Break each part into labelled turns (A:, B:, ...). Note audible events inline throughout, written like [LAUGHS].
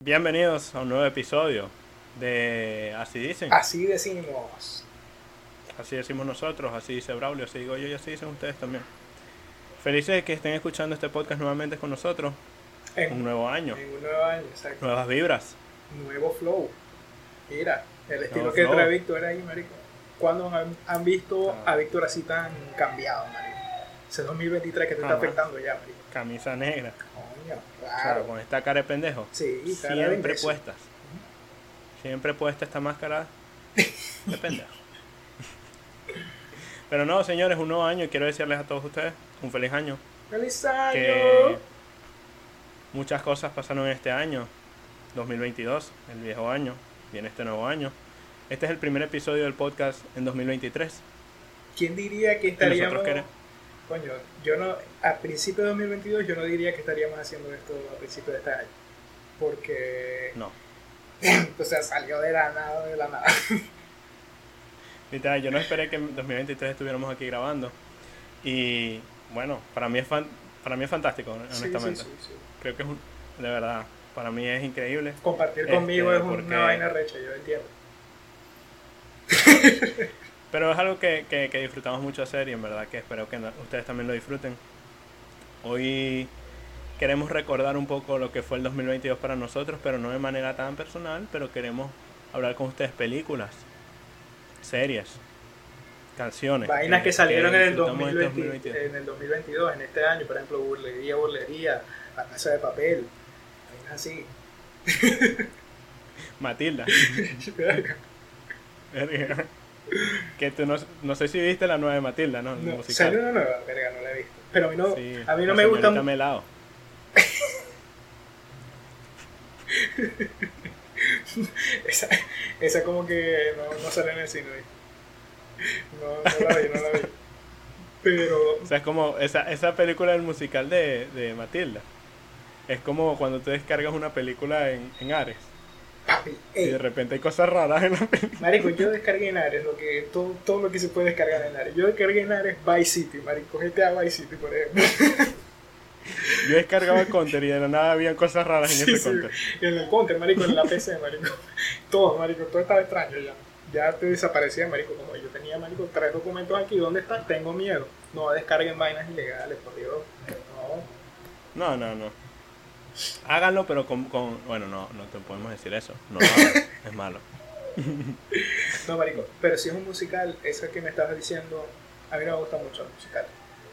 A: Bienvenidos a un nuevo episodio de Así dicen.
B: Así decimos.
A: Así decimos nosotros, así dice Braulio, así digo yo y así dicen ustedes también. Felices de que estén escuchando este podcast nuevamente con nosotros.
B: En
A: Un nuevo año,
B: en un nuevo año, exacto.
A: nuevas vibras.
B: Nuevo flow. Mira, el estilo
A: Nuevo
B: que
A: flow.
B: trae Víctor ahí, marico. ¿Cuándo han, han visto
A: Ah.
B: a Víctor así tan cambiado, marico? Ese 2023 que te está
A: Jamás.
B: afectando ya, marico.
A: Camisa negra,
B: Coño,
A: claro,
B: claro.
A: con esta cara de pendejo.
B: Sí, cara de
A: Siempre
B: imbécil.
A: puestas. Siempre puesta esta máscara de
B: [LAUGHS]
A: pendejo. Pero no, señores, un nuevo año y quiero decirles a todos ustedes un feliz año.
B: ¡Feliz año!
A: pues, que muchas cosas pasaron este año, 2022, el viejo año, viene este nuevo año. Este es el primer episodio del podcast en 2023.
B: ¿Quién diría que
A: Y
B: estaríamos...
A: nosotros queremos.
B: Coño, yo no... A principio de 2022 yo no diría que estaríamos haciendo esto a principio de este año. Porque...
A: No. Mm.
B: O sea, salió de la nada, de la nada.
A: Literal, yo no esperé que en 2023 estuviéramos aquí grabando. Y bueno, para mí es, fan- para mí es fantástico,
B: Sí,
A: honestamente.
B: sí, sí, sí.
A: Creo que es un. De verdad, para mí es increíble.
B: Compartir
A: Este,
B: conmigo es una
A: porque-
B: vaina recha, yo entiendo.
A: Pero es algo que, que- que disfrutamos mucho hacer y en verdad que espero que na- ustedes también lo disfruten. Hoy queremos recordar un poco lo que fue el 2022 para nosotros, pero no de manera tan personal, pero queremos hablar con ustedes películas, series, canciones. Eh,
B: Vainas que salieron en el,
A: disfrutamos este
B: 2020 en el 2022, en este año, por ejemplo, Burlería, Burlería, La Casa de Papel, vainas así. [LAUGHS]
A: Matilda. [LAUGHS] verga. que tú no, no sé si viste la nueva de Matilda, ¿no? El
B: no,
A: musical.
B: salió una nueva, verga, no la he visto. Pero a mí no,
A: Sí,
B: a mí no
A: la
B: me gusta
A: señorita Melao.
B: Esa, esa como que no, no sale en el cine. ¿viste? No, no la vi, no la
A: [LAUGHS]
B: vi. Pero
A: O sea, es como esa, esa película del musical de, de Matilda. Es como cuando tú descargas una película en, en Ares
B: Papi,
A: y de
B: ey,
A: repente hay cosas raras en la [LAUGHS] película.
B: marico, yo descargué en Ares lo que, todo, todo lo que se puede descargar en Ares. Yo descargué en Ares Vice City, marico, GTA Vice City, por ejemplo. [LAUGHS]
A: Yo descargaba Counter y de la nada habían cosas raras en
B: Sí,
A: ese
B: sí.
A: Counter.
B: En el counter, marico, en la PC, marico. [LAUGHS] Todo, marico, todo estaba extraño ya. Ya te desaparecía, marico, como yo tenía, marico, tres documentos aquí, ¿dónde están? Tengo miedo. No descarguen vainas ilegales, por Dios.
A: No,
B: No.
A: no, no. Háganlo, pero con, con- Bueno, no, no te podemos decir eso. No lo hagas, es malo.
B: No, marico, pero si es un musical, esa que me estabas diciendo, a mí no me gusta mucho el musical.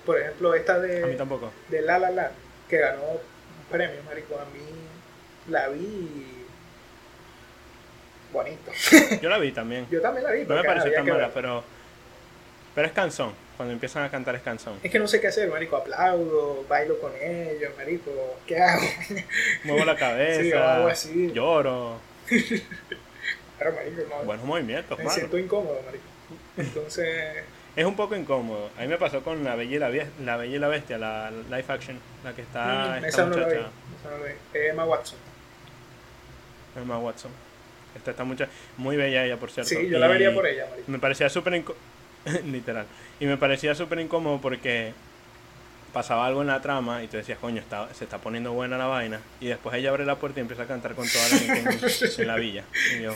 B: Por ejemplo, esta
A: A mí
B: de,
A: tampoco.
B: de La La Land, que ganó un premio, marico, a mí la vi y- bonito.
A: Yo la vi también.
B: Yo también la vi,
A: No me
B: porque
A: pareció
B: había
A: tan
B: que
A: mala, pues.
B: ver.
A: pero. Pero es canción. Cuando empiezan a cantar es canción.
B: Es que no sé qué hacer, marico, aplaudo, bailo con ellos, marico, ¿qué hago? [LAUGHS]
A: Muevo la
B: Sí, o algo
A: cabeza.
B: así.
A: lloro.
B: Pero, marico, no,
A: Buenos movimientos,
B: me
A: mano.
B: siento incómodo, marico. Entonces,
A: Es un poco incómodo. A mí me pasó con La Bella y la, Bie- la, Bella y la Bestia, la live action, la que está
B: mm,
A: Ah, esta
B: esa no la vi,
A: muchacha,
B: esa no la vi. Emma Watson.
A: Emma Watson. Está esta muchacha, muy bella ella, por cierto.
B: Sí, yo la
A: Y
B: vería por ella, marico.
A: Me parecía súper inco- [LAUGHS] literal. Y me parecía súper incómodo porque pasaba algo en la trama y tú decías, coño, está, se está poniendo buena la vaina. Y después ella abre la puerta y empieza a cantar con toda la gente
B: [LAUGHS]
A: en, en la villa. Y yo,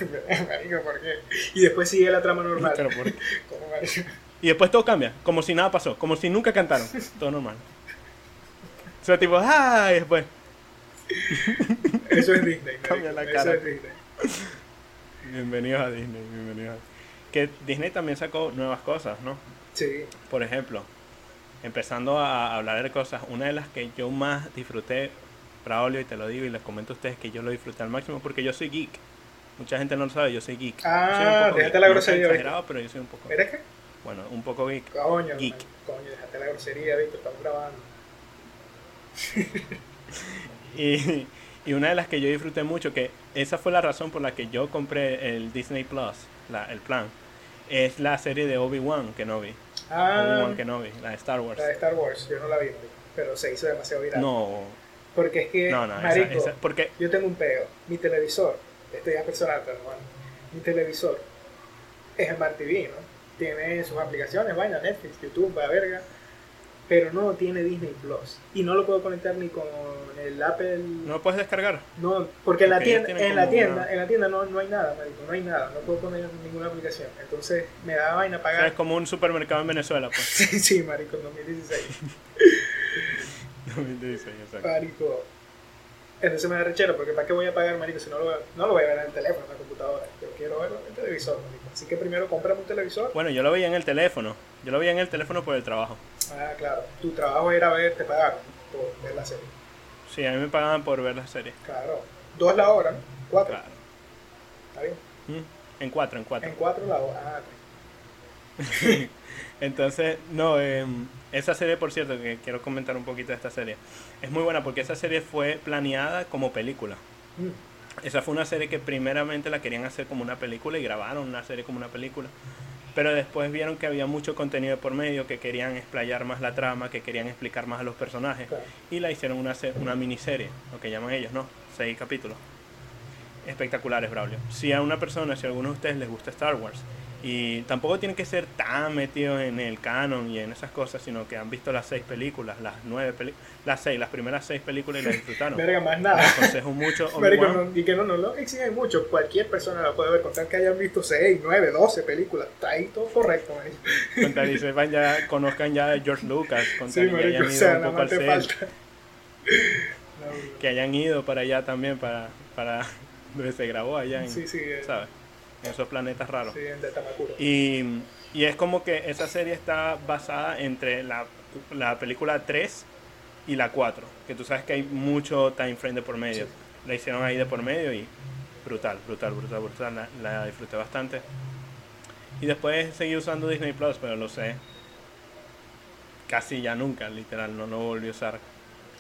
B: marico, ¿por qué? Y después sigue la trama normal.
A: pero ¿por qué?
B: Como, marico,
A: Y después todo cambia, como si nada pasó, como si nunca cantaron. Todo normal. O sea, tipo, ¡ah! Y después,
B: Eso es Disney,
A: [LAUGHS]
B: marico,
A: Cambia la
B: Eso
A: cara.
B: es Disney.
A: bienvenidos a Disney, bienvenidos a... Que Disney también sacó nuevas cosas, ¿no?
B: Sí,
A: Por ejemplo, empezando a hablar de cosas, una de las que yo más disfruté, Braulio, y te lo digo y les comento a ustedes que yo lo disfruté al máximo porque yo soy geek. Mucha gente no lo sabe, yo soy geek.
B: Ah,
A: Soy un poco
B: déjate
A: geek,
B: la
A: no soy
B: grosería,
A: exagerado, pero yo soy un poco,
B: ¿eres qué?
A: bueno, un poco geek.
B: Coño,
A: Geek.
B: marico, coño, déjate la grosería, Víctor, estamos grabando.
A: Y, [LAUGHS] y una de las que yo disfruté mucho, que esa fue la razón por la que yo compré el Disney Plus, la- el plan, es la serie de Obi-Wan Kenobi.
B: Ah,
A: Obi-Wan Kenobi, la de Star Wars.
B: la de Star Wars, yo no la vi, marico, pero se hizo demasiado viral.
A: No,
B: Porque es que,
A: no, no, esa-
B: marico,
A: esa- porque
B: yo tengo un peo. Mi televisor, esto ya es personal, pero bueno, mi televisor es Smart TV, ¿no? Tiene sus aplicaciones, vaina, Netflix, YouTube, va verga. pero no tiene Disney Plus. Y no lo puedo conectar ni con el Apple.
A: No lo puedes descargar.
B: No, porque en la
A: Porque ellos
B: tienda,
A: tienen
B: en la
A: como
B: tienda,
A: una-
B: en la tienda no, no hay nada, marico, no hay nada, no puedo poner ninguna aplicación. Entonces me da vaina
A: O sea, es
B: pagar.
A: como un supermercado en Venezuela,
B: [LAUGHS]
A: pues.
B: Sí, sí, marico, en 2016.
A: 2016, exacto.
B: Marico. Entonces me da rechero, porque ¿para qué voy a pagar, marico? Si no lo, voy a- no lo voy a ver en el teléfono, en la computadora. Yo quiero verlo en el televisor, marico. Así que primero comprame un televisor.
A: Bueno, yo lo veía en el teléfono. Yo lo veía en el teléfono por el trabajo.
B: Ah, claro. Tu trabajo era ver, te pagaron por ver la serie.
A: Sí, a mí me pagaban por ver la serie.
B: Claro. Dos la hora, ¿no? Cuatro.
A: Claro.
B: Está bien.
A: Mm, En cuatro, en cuatro.
B: En cuatro la hora. Ah, ok.
A: Entonces, no, eh, esa serie, por cierto, que quiero comentar un poquito de esta serie. Es muy buena porque esa serie fue planeada como película.
B: Mm.
A: Esa fue una serie que primeramente la querían hacer como una película y grabaron una serie como una película. Pero después vieron que había mucho contenido por medio, que querían explayar más la trama, que querían explicar más a los personajes.
B: Claro.
A: Y la hicieron una, se- una miniserie, lo que llaman ellos, ¿no? Seis capítulos. Espectaculares, Braulio. Si a una persona, si a alguno de ustedes les gusta Star Wars, y tampoco tienen que ser tan metidos en el canon y en esas cosas, sino que han visto las seis películas, las nueve películas, las seis, las primeras seis películas
B: [LAUGHS]
A: y las disfrutaron.
B: Verga, más nada.
A: Les aconsejo mucho.
B: Marico,
A: Obi-Wan.
B: no- y que no, no lo exigen mucho. Cualquier persona la puede ver, con tal que hayan visto 6, 9, 12 películas. Está ahí todo correcto, marico.
A: con tal y sepan ya, conozcan ya a George Lucas, con
B: Sí,
A: tal y que
B: marico,
A: hayan
B: o
A: ido
B: sea,
A: un
B: nada
A: poco al
B: más te
A: set,
B: falta.
A: [LAUGHS]
B: No, marico.
A: que hayan ido para allá también, para, para [LAUGHS] donde se grabó allá en,
B: Sí, sí, eh,
A: ¿sabes? en esos planetas raros.
B: sí, en de Tamacuro.
A: Y, y es como que esa serie está basada entre la, la película 3 y la 4, que tú sabes que hay mucho time frame de por medio.
B: Sí.
A: La hicieron ahí de por medio y brutal, brutal, brutal, brutal. La, la disfruté bastante. Y después seguí usando Disney Plus, pero lo sé. Casi ya nunca, literal, no lo volví a usar.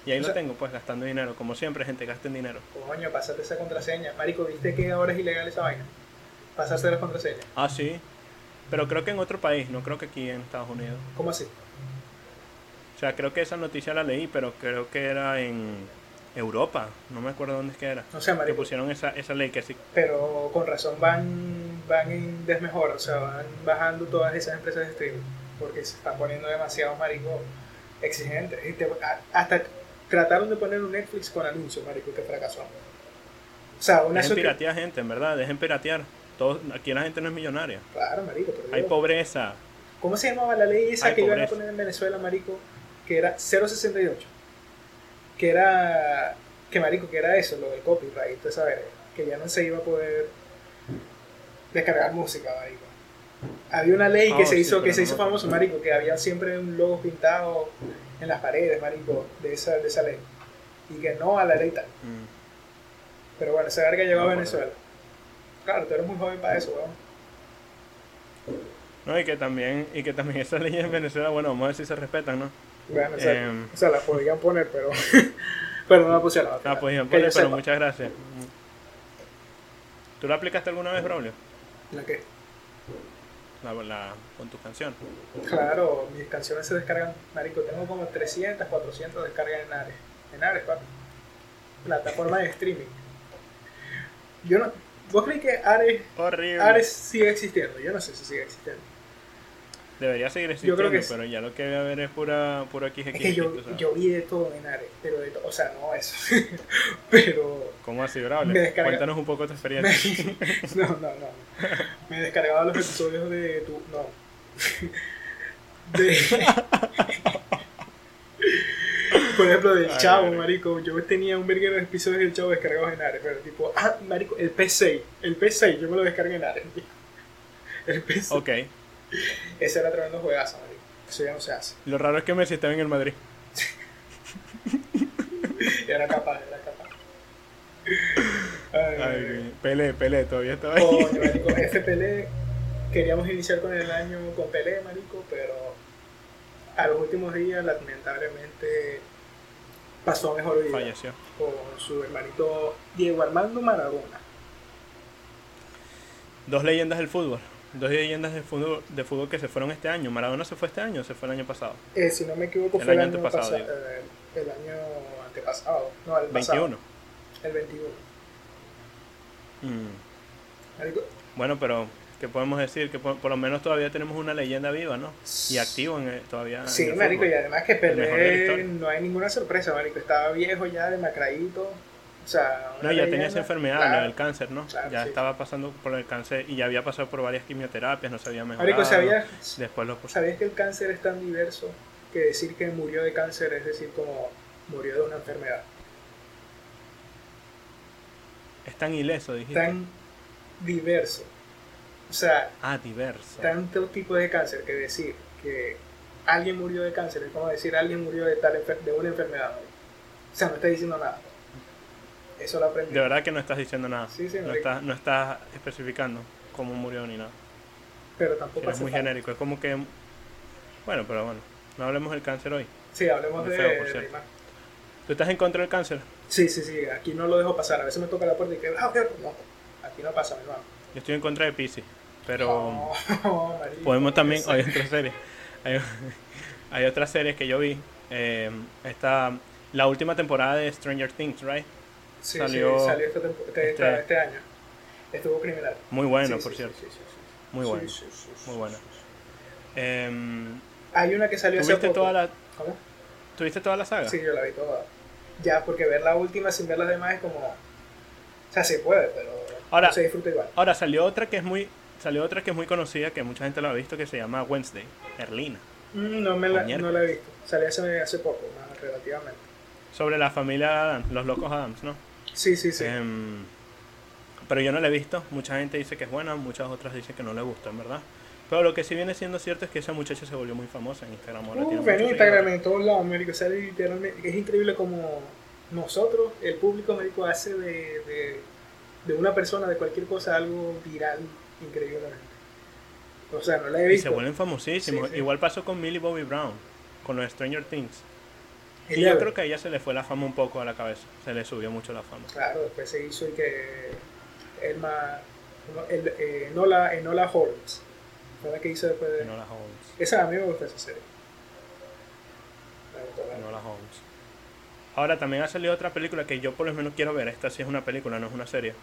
A: Y ahí
B: O
A: lo
B: sea-
A: tengo, pues gastando dinero. Como siempre, gente, gasten dinero.
B: Coño, pasate esa contraseña. Marico, ¿viste que ahora es ilegal esa vaina? Pasarse las contraseñas.
A: Ah, sí. Pero creo que en otro país, no creo que aquí en Estados Unidos.
B: ¿Cómo así?
A: O sea, creo que esa noticia la leí, pero creo que era en Europa. No me acuerdo dónde es que era.
B: No sé,
A: Que
B: marico.
A: pusieron esa, esa ley que sí.
B: Pero con razón van, van en desmejora, o sea, van bajando todas esas empresas de streaming. Porque se están poniendo demasiado, marico, exigentes. Y te- a- hasta trataron de poner un Netflix con anuncios, marico, que fracasó. O sea, una
A: Dejen
B: suscri-
A: piratear gente, en verdad. Dejen piratear. Todos, aquí la gente no es millonaria.
B: Claro, marico, por Dios.
A: Hay pobreza.
B: ¿Cómo se llamaba la ley esa
A: Hay
B: que iban a
A: pobreza.
B: poner en Venezuela, marico? Que era 068. Que era... Que marico, que era eso, lo del copyright, tú sabes, que ya no se iba a poder descargar música, marico. Había una ley que
A: Ah,
B: se
A: sí,
B: hizo, que
A: pero
B: se
A: no
B: hizo
A: me
B: famoso,
A: acuerdo.
B: marico, que había siempre un logo pintado en las paredes, marico, de esa, de esa ley. Y que no a la ley tal.
A: Mm.
B: Pero bueno, esa verga llegó
A: No
B: a
A: me acuerdo.
B: Venezuela. Claro, tú eres muy joven para eso, weón.
A: No, y que también, y que también esas leyes en Venezuela, bueno, vamos a ver si se respetan, ¿no?
B: Bueno, o sea,
A: Em.
B: o sea, la podían poner, pero, [LAUGHS] pero no la pusieron.
A: Ah, pues bien,
B: Que yo
A: pues, pero
B: sepa.
A: muchas gracias. Mm. ¿Tú la aplicaste alguna vez, Braulio?
B: ¿La qué?
A: La, la- con tus canciones.
B: Claro, mis canciones se descargan, marico, tengo como 300, 400 descargas en Ares. En Ares, papi. Plataforma de streaming. Yo no... ¿Vos crees que Ares,
A: Horrible.
B: Ares sigue existiendo? Yo no sé si sigue existiendo.
A: Debería seguir
B: Yo
A: existiendo,
B: creo que sí.
A: pero ya lo que voy a ver es pura, puro XX.
B: Es que yo,
A: tú sabes.
B: yo vi de todo en Ares, pero de todo, o sea, no eso. [LAUGHS] pero
A: ¿Cómo así, Braulio?
B: Me descarga-
A: Cuéntanos un poco tu
B: Me-
A: experiencia.
B: [LAUGHS] no, no, no. Me descargaba los episodios de tu. No. De. Por ejemplo, del
A: Ay,
B: Chavo,
A: verga.
B: marico. Yo tenía un verguero de episodios del Chavo descargados en Ares, pero tipo, ah, marico, el P6. El P6, yo me lo descargué en Ares. El P6.
A: ok.
B: Ese era tremendo juegazo, marico. Eso ya no se hace.
A: Lo raro es que Messi estaba en el Madrid.
B: Era capaz, era capaz. Ay,
A: Ay,
B: verga.
A: güey. Pelé, Pelé, todavía estaba ahí.
B: Coño, marico, ese Pelé, queríamos iniciar con el año con Pelé, marico, pero a los últimos días, lamentablemente, pasó a mejor vida
A: Falleció.
B: con su hermanito Diego Armando Maradona.
A: Dos leyendas del fútbol. Dos leyendas del fútbol, de fútbol que se fueron este año. Maradona se fue este año, o se fue el año pasado.
B: Eh, si no me equivoco,
A: El
B: fue
A: año antepasado,
B: pasa- eh, el año antepasado, no, el pasado,
A: 21.
B: el 21.
A: Mm.
B: Marico,
A: Bueno, pero que podemos decir que por, por lo menos todavía tenemos una leyenda viva, ¿no? Y activo en el- todavía. en
B: Sí,
A: el
B: marico,
A: fútbol.
B: y además que
A: El mejor de la
B: Pelé
A: historia.
B: no hay ninguna sorpresa, marico. Estaba viejo ya, demacradito. O sea, una
A: No, ya tenía
B: leyenda.
A: esa enfermedad,
B: Claro.
A: la del cáncer, ¿no?
B: Claro,
A: ya
B: sí.
A: estaba pasando por el cáncer y ya había pasado por varias quimioterapias, no se había mejorado.
B: Marico, ¿sabías,
A: Después lo puso.
B: ¿sabías que el cáncer es tan diverso que decir que murió de cáncer es decir como murió de una enfermedad?
A: Es tan ileso, dijiste.
B: Tan diverso. O sea,
A: Ah, diverso.
B: tantos tipos de cáncer que decir que alguien murió de cáncer es como decir alguien murió de, tal enfer- de una enfermedad. marico. O sea, no está diciendo nada. Eso lo aprendí.
A: De verdad que no estás diciendo nada.
B: Sí, sí,
A: no,
B: marico.
A: estás, no estás especificando cómo murió ni nada.
B: Pero tampoco
A: Es
B: hace
A: muy
B: falta.
A: genérico. Es como que. Bueno, pero bueno. No hablemos del cáncer hoy.
B: Sí, hablemos
A: Muy
B: de,
A: feo, por
B: de
A: cierto.
B: Neymar.
A: ¿Tú estás en contra del cáncer?
B: Sí, sí, sí, aquí no lo dejo pasar. A veces me toca la puerta y que, ah, ok, no, aquí no pasa, mi hermano.
A: Yo estoy en contra de Pisces. Pero.
B: No, [LAUGHS] marico,
A: Podemos también,
B: eso.
A: hay otra serie, hay, hay otras series que yo vi, eh, esta, la última temporada de Stranger Things, right?
B: Sí,
A: salió-
B: sí, salió este, tempo- este- esta-
A: este-
B: este año. Estuvo criminal.
A: Muy bueno,
B: Sí,
A: por
B: sí,
A: cierto,
B: sí, sí, sí, sí.
A: muy
B: Sí,
A: bueno.
B: sí, sí, sí,
A: muy
B: sí,
A: bueno.
B: sí, sí.
A: Em,
B: Hay una que salió hace
A: ¿Tuviste
B: poco.
A: toda la,
B: ¿Cómo?
A: tuviste toda la saga?
B: Sí, yo la vi toda. Ya, porque ver la última sin ver las demás es como. O sea, se puede, pero
A: Ahora-
B: no se disfruta igual.
A: Ahora salió otra que es muy, salió otra que es muy conocida, que mucha gente la ha visto, que se llama Wednesday, Erlina,
B: Mm, No, me la,
A: Coñerco.
B: no la he visto. Salió hace, hace poco, más relativamente.
A: sobre la familia Adams, los locos Adams, ¿no?
B: Sí, sí, sí.
A: Em, pero yo no la he visto. Mucha gente dice que es buena, muchas otras dicen que no le gusta, en verdad. Pero lo que sí viene siendo cierto es que esa muchacha se volvió muy famosa en Instagram. Ahora tiene
B: Uh,
A: muchos
B: en Instagram,
A: seguidores.
B: en todos lados, Américo. Sale literalmente. Es increíble como nosotros, el público médico, hace de, de, de una persona, de cualquier cosa, algo viral, increíblemente. O sea, no la he
A: Y se
B: visto.
A: vuelven famosísimos.
B: Sí, sí.
A: Igual pasó con Millie Bobby Brown, con los Stranger Things.
B: Es
A: Y yo
B: leve.
A: creo que a ella se le fue la fama un poco a la cabeza. Se le subió mucho la fama.
B: Claro, después se hizo el que. El más. El, eh, Enola, Enola Holmes. Fue la que hizo después de.
A: Enola Holmes.
B: Esa a mí me gusta esa serie. Me gustó, la-
A: Enola Holmes. Ahora también ha salido otra película que yo por lo menos quiero ver. Esta sí es una película, no es una serie.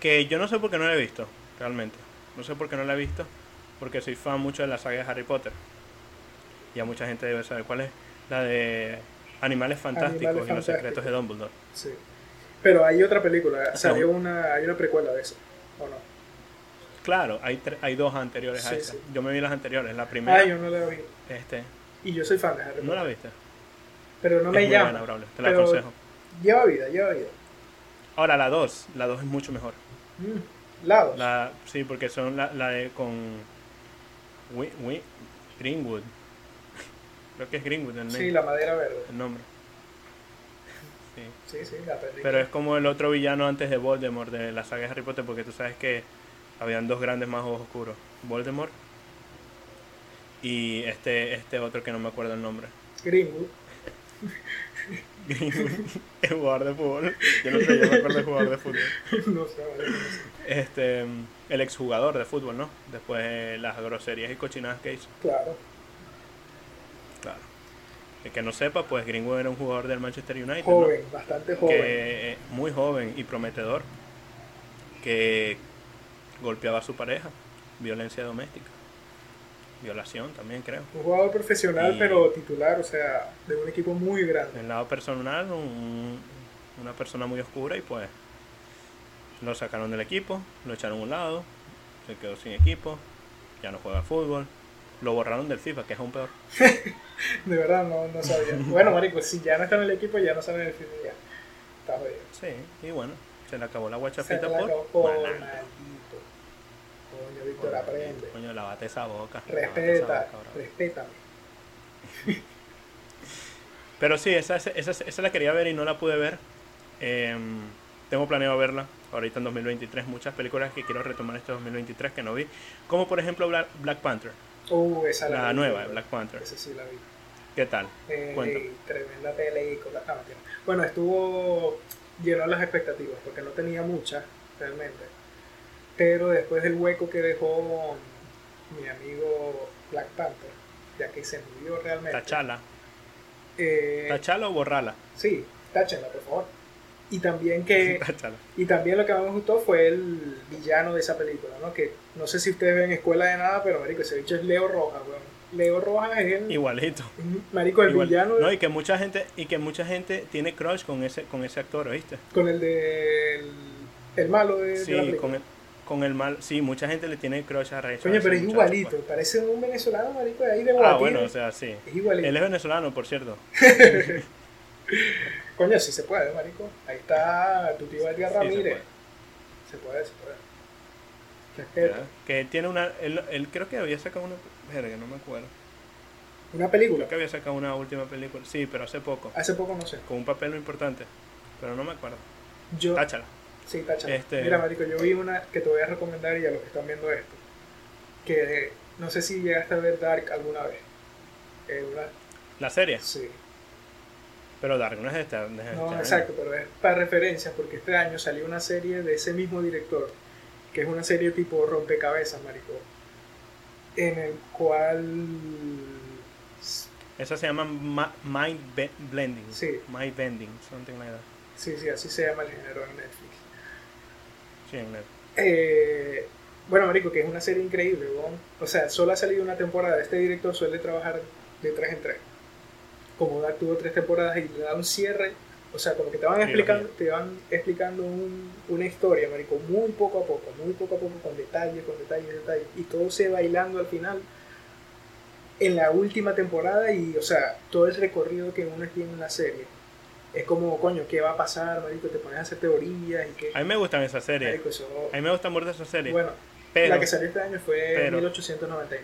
A: Que yo no sé por qué no la he visto, realmente. No sé por qué no la he visto, porque soy fan mucho de la saga de Harry Potter. Y a mucha gente debe saber cuál es. La de Animales Fantásticos y los
B: Fantásticos.
A: secretos de Dumbledore.
B: Sí. Pero hay otra película,
A: O sea,
B: salió una, hay una precuela de eso, ¿o no?
A: Claro, hay, tre- hay dos anteriores a
B: Sí,
A: esa.
B: sí.
A: Yo me vi las anteriores. La primera,
B: Ah, yo no la vi.
A: este,
B: Y yo soy fan de Harry
A: ¿no la
B: Potter,
A: viste?
B: Pero no
A: Es
B: me
A: muy
B: llama.
A: buena, Braulio, te la
B: pero-
A: aconsejo.
B: Lleva vida, lleva vida.
A: Ahora, la dos. La dos es mucho mejor.
B: Mm, Lados.
A: La, sí, porque son la, la de con Wi- Wi- Greenwood. Creo que es Greenwood el,
B: sí,
A: name-
B: la madera verde.
A: el nombre. Sí.
B: Sí, sí, la película.
A: Pero es como el otro villano antes de Voldemort de la saga de Harry Potter, porque tú sabes que habían dos grandes magos oscuros, Voldemort y este este otro que no me acuerdo el nombre. [LAUGHS]
B: Greenwood.
A: Greenwood, el jugador de fútbol. Yo no sé, yo me acuerdo del jugador de fútbol.
B: [LAUGHS] no sé, vale, no sé.
A: Este, el exjugador de fútbol, ¿no? Después eh, las groserías y cochinadas que hizo.
B: Claro.
A: Claro. El que no sepa, pues Greenwood era un jugador del Manchester United, ¿no?
B: Joven, bastante joven.
A: que eh, muy joven y prometedor, que golpeaba a su pareja, violencia doméstica, violación también creo.
B: Un jugador profesional,
A: Y-
B: pero titular, o sea, de un equipo muy
A: En
B: grande.
A: el lado personal, un- una persona muy oscura y pues lo sacaron del equipo, lo echaron a un lado, se quedó sin equipo, ya no juega fútbol, lo borraron del FIFA, que es aún peor.
B: De verdad, no,
A: [LAUGHS]
B: no sabía. bueno, Marico, si ya no está en el equipo, ya no saben el final. Ya. Está jodido.
A: Sí, y bueno, se le acabó la
B: Se
A: guachapita
B: la
A: por...
B: acabó por
A: banana.
B: maldito. Coño, Víctor, aprende.
A: Coño, lavate esa boca. lávate esa
B: Respeta,
A: boca, bro.
B: respétame.
A: Pero sí, esa, esa, esa- esa la quería ver y no la pude ver. Em, tengo planeado verla ahorita en 2023. Muchas películas que quiero retomar este 2023 que no vi. Como por ejemplo Bla- Black Panther.
B: Uh, esa
A: La
B: vi,
A: nueva de
B: bro.
A: Black Panther.
B: Esa sí la vi.
A: ¿Qué tal?
B: Eh,
A: Cuéntame.
B: tremenda película. Ah, mentira. bueno, estuvo. llenó las expectativas, porque no tenía muchas, realmente. Pero después del hueco que dejó mi amigo Black Panther, ya que se murió realmente.
A: Tachala.
B: Eh,
A: Tachala o borrala.
B: sí, táchenla, por favor. Y
A: [LAUGHS]
B: también que
A: Táchala.
B: y también lo que más me gustó fue el villano de esa película, ¿no? Que no sé si ustedes ven Escuela de Nada, pero marico, ese bicho es Leo Rojas, weón. Leo Rojas es el
A: Igualito.
B: marico Pues el
A: Igual-
B: villano
A: No, y que mucha gente, y que mucha gente tiene crush con ese, con ese actor, ¿oíste?
B: con el de el, el malo de, de la
A: Sí,
B: película.
A: con el, con el mal, sí, mucha gente le tiene crush a Rachel.
B: Coño,
A: a ese
B: pero es
A: muchacho,
B: igualito,
A: pues.
B: parece un venezolano, marico, de ahí de
A: Ah,
B: Guatire.
A: bueno, o sea, sí.
B: Es igualito.
A: Él es venezolano, por cierto.
B: Coño, sí se puede, marico. Ahí está tu tío Edgar
A: Sí, se
B: Ramírez.
A: puede.
B: se, puede. se puede,
A: ¿verdad?
B: Respeto.
A: Que él tiene una, él, él creo que había sacado una, verga, no me acuerdo.
B: Una
A: Creo
B: película.
A: que había sacado una última película, sí, pero hace poco,
B: Hace poco no sé.
A: con un papel muy importante, pero no me acuerdo.
B: Yo,
A: Táchala.
B: sí, táchala.
A: este-
B: Mira, marico, yo vi una que te voy a recomendar y a los que están viendo esto. Que eh, no sé si llegaste a ver Dark alguna vez. Eh, una-
A: La serie,
B: sí.
A: pero Dark no es de esta. No, es de este
B: No,
A: año.
B: exacto, pero es para referencias porque este año salió una serie de ese mismo director, que es una serie tipo rompecabezas, marico, en el cual
A: Esa se llama Ma- Mind Be- Blending.
B: Sí.
A: Mind Bending, something like that.
B: sí, sí, así se llama el género en Netflix.
A: Sí, en el-
B: Eh, bueno, marico, que es una serie increíble, weón. O sea, solo ha salido una temporada. Este director suele trabajar de tres en tres. Como da, tuvo tres temporadas y le da un cierre. O sea, como que te van
A: Trilogía.
B: explicando, te van explicando un- una historia, marico, muy poco a poco, muy poco a poco, con detalles, con detalles, detalles. Y todo se bailando al final en la última temporada y, o sea, todo el recorrido que uno tiene en la serie. Es como, coño, ¿qué va a pasar, marico? Te pones a hacer teorías y que...
A: A mí me gustan esas series.
B: marico, eso-
A: A mí me gustan mucho esas series.
B: Bueno,
A: pero
B: la que salió este año fue
A: pero-
B: 1899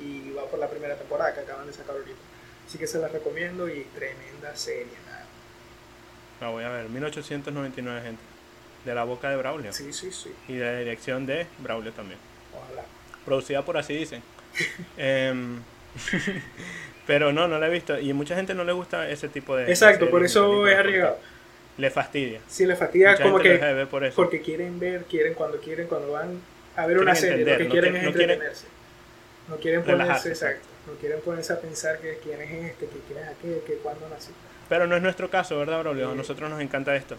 B: y va por la primera temporada que acaban de sacar ahorita. Así que se las recomiendo y tremenda serie. nada.
A: la voy a ver. 1899, gente. De la boca de Braulio.
B: Sí, sí, sí.
A: Y de la dirección de Braulio también.
B: Ojalá.
A: Producida por así dicen. Em, [LAUGHS] pero no, no la he visto. Y mucha gente no le gusta ese tipo de. de
B: Exacto, por
A: series,
B: eso
A: películas,
B: es arriesgado.
A: porque Le fastidia.
B: Si les fatiga,
A: mucha
B: como
A: gente lo deja
B: que
A: de ver por eso.
B: porque quieren ver, quieren cuando quieren, cuando van a ver
A: Quieren
B: una serie,
A: entender,
B: lo que
A: no
B: quieren
A: quieren-
B: es
A: no quieren
B: entretenerse. No quieren
A: relajarse,
B: ponerse, exacto. No quieren ponerse a pensar que quién es este, que quién es aquel, que cuándo nació.
A: Pero no es nuestro caso, ¿verdad, Braulio? A
B: Sí.
A: nosotros nos encanta esto.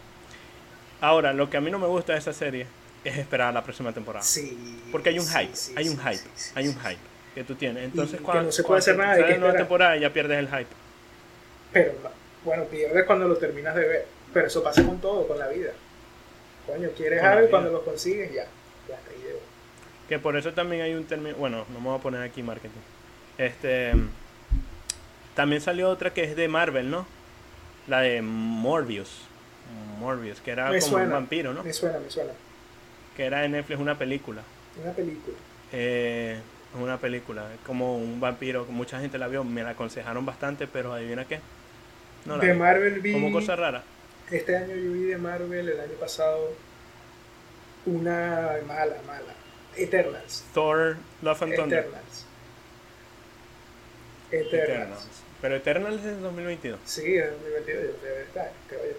A: Ahora, lo que a mí no me gusta de esa serie es esperar a la próxima temporada.
B: Sí.
A: Porque hay un
B: sí,
A: hype,
B: sí,
A: hay un
B: sí,
A: hype,
B: sí, sí,
A: hay un
B: sí.
A: hype que tú tienes. Entonces,
B: que
A: cuando
B: no se puede
A: cuando
B: hacer nada, hay
A: sale
B: que
A: nueva
B: esperar.
A: temporada ya pierdes el hype.
B: Pero, bueno, pierdes cuando lo terminas de ver. Pero eso pasa con todo, con la vida. Coño, quieres
A: Con la
B: algo y
A: vida.
B: cuando lo consigues, ya. Ya hasta ahí llegó.
A: Que por eso también hay un término, bueno, no me voy a poner aquí marketing. Este también salió otra que es de Marvel, ¿no? La de Morbius. Morbius, que era
B: Me
A: como un
B: suena.
A: vampiro, ¿no?
B: Me suena, me suena.
A: Que era de Netflix una película.
B: Una película.
A: Eh, es una película, es como un vampiro, mucha gente la vio, me la aconsejaron bastante, pero adivina qué. No la
B: de
A: vi.
B: Marvel vi.
A: Como cosa rara.
B: Este año yo vi de Marvel, el año pasado, una mala, mala. Eternals.
A: Thor, Love and Thunder.
B: Eternals. Eternals.
A: Eternals. Pero Eternals es de 2022.
B: Sí, es 2022, yo fui a ver este año, creo yo.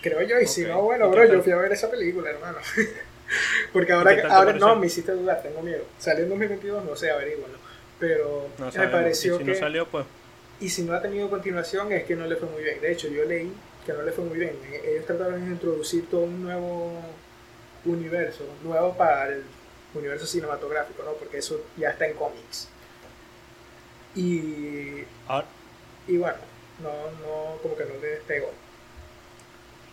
B: Creo yo, y si
A: Ok.
B: no, bueno,
A: ¿Y qué
B: bro,
A: tal?
B: yo fui a ver esa película, hermano. [LAUGHS] Porque ahora,
A: ¿Y qué tal te
B: ahora
A: pareció?
B: no, me hiciste dudar, tengo miedo. Salió en 2022, no sé, averígualo. Pero
A: No
B: me
A: sabemos.
B: pareció
A: y si
B: que.
A: no salió, pues
B: y si no ha tenido continuación, es que no le fue muy bien. De hecho, yo leí que no le fue muy bien. Eh, Ellos trataron de introducir todo un nuevo universo, nuevo para el universo cinematográfico, ¿no? Porque eso ya está en cómics. Y
A: ahora,
B: y bueno, no, no, como que no le despegó.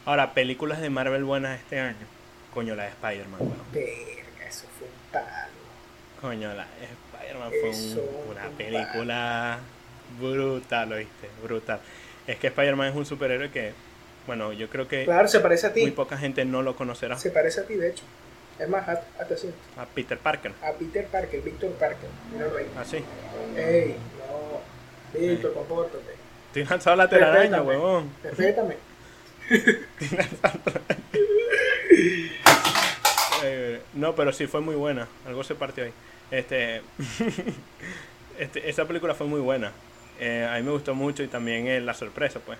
A: ahora, películas de Marvel buenas este año. Coño, la de Spider-Man, weón.
B: Verga, eso fue un palo.
A: Coño, la de Spider-Man fue un-
B: Eso,
A: una
B: compadre.
A: película brutal, ¿oíste? Brutal. Es que Spider-Man es un superhéroe que, bueno, yo creo que
B: Claro, se parece a
A: muy
B: ti.
A: poca gente no lo conocerá.
B: Se parece a ti, de hecho. Es más, haz- hazte así.
A: A Peter Parker.
B: A Peter Parker, Víctor Parker. Míralo ahí.
A: Así.
B: Ey, no. Víctor, compórtate.
A: Estoy lanzado la telaraña,
B: Respétame.
A: huevón.
B: Respétame.
A: Eh, no, pero sí fue muy buena. Algo se partió ahí.
B: [LAUGHS]
A: Este, este, esa película fue muy buena. Eh, a mí me gustó mucho y también eh, la sorpresa, pues.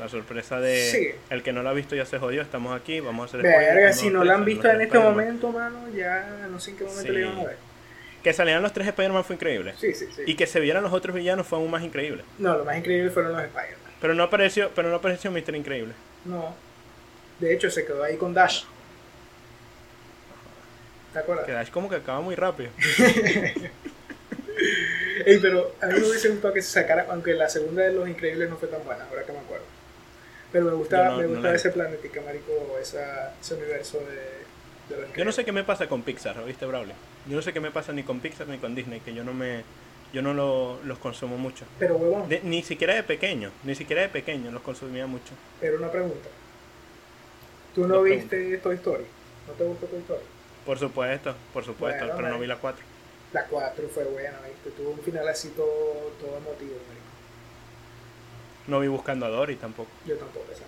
A: La sorpresa de
B: Sí.
A: el que no la ha visto ya se jodió. Estamos aquí, vamos a hacer. spoiler,
B: Verga,
A: uno,
B: si
A: dos,
B: no
A: tres,
B: la han
A: uno,
B: visto
A: tres,
B: en este
A: Spider-Man.
B: momento, mano, ya no sé en qué momento
A: Sí.
B: le iban a ver.
A: Que salieran los tres Spider-Man fue increíble.
B: Sí, sí, sí.
A: Y que se vieran los otros villanos fue aún más increíble.
B: No, lo más increíble fueron los Spider-Man.
A: Pero no apareció, pero no apareció Mr. Increíble.
B: No. De hecho, se quedó ahí con Dash. ¿Te acuerdas?
A: Que Dash como que acaba muy rápido.
B: Ey, pero a mí me hubiese gustado que se sacara, aunque la segunda de Los Increíbles no fue tan buena, ahora que me acuerdo. Pero me gustaba,
A: Yo no-
B: me
A: no
B: gustaba
A: la-
B: ese planetica, marico, esa, ese universo de, de Los
A: Yo no
B: Increíbles.
A: sé qué me pasa con Pixar, ¿viste, Braulio? Yo no sé qué me pasa ni con Pixar ni con Disney, que yo no me yo no lo- los consumo mucho.
B: Pero huevón,
A: De- ni siquiera de pequeño, ni siquiera de pequeño los consumía mucho.
B: era una pregunta. ¿Tú no
A: Dos
B: viste Toy Story? ¿No te gustó Toy Story?
A: Por supuesto, por supuesto,
B: Bueno,
A: pero no
B: vale.
A: vi la 4.
B: La 4 fue buena, ¿viste? Tuvo un final así todo, todo emotivo, marico.
A: No vi Buscando a Dory tampoco.
B: Yo tampoco, esa.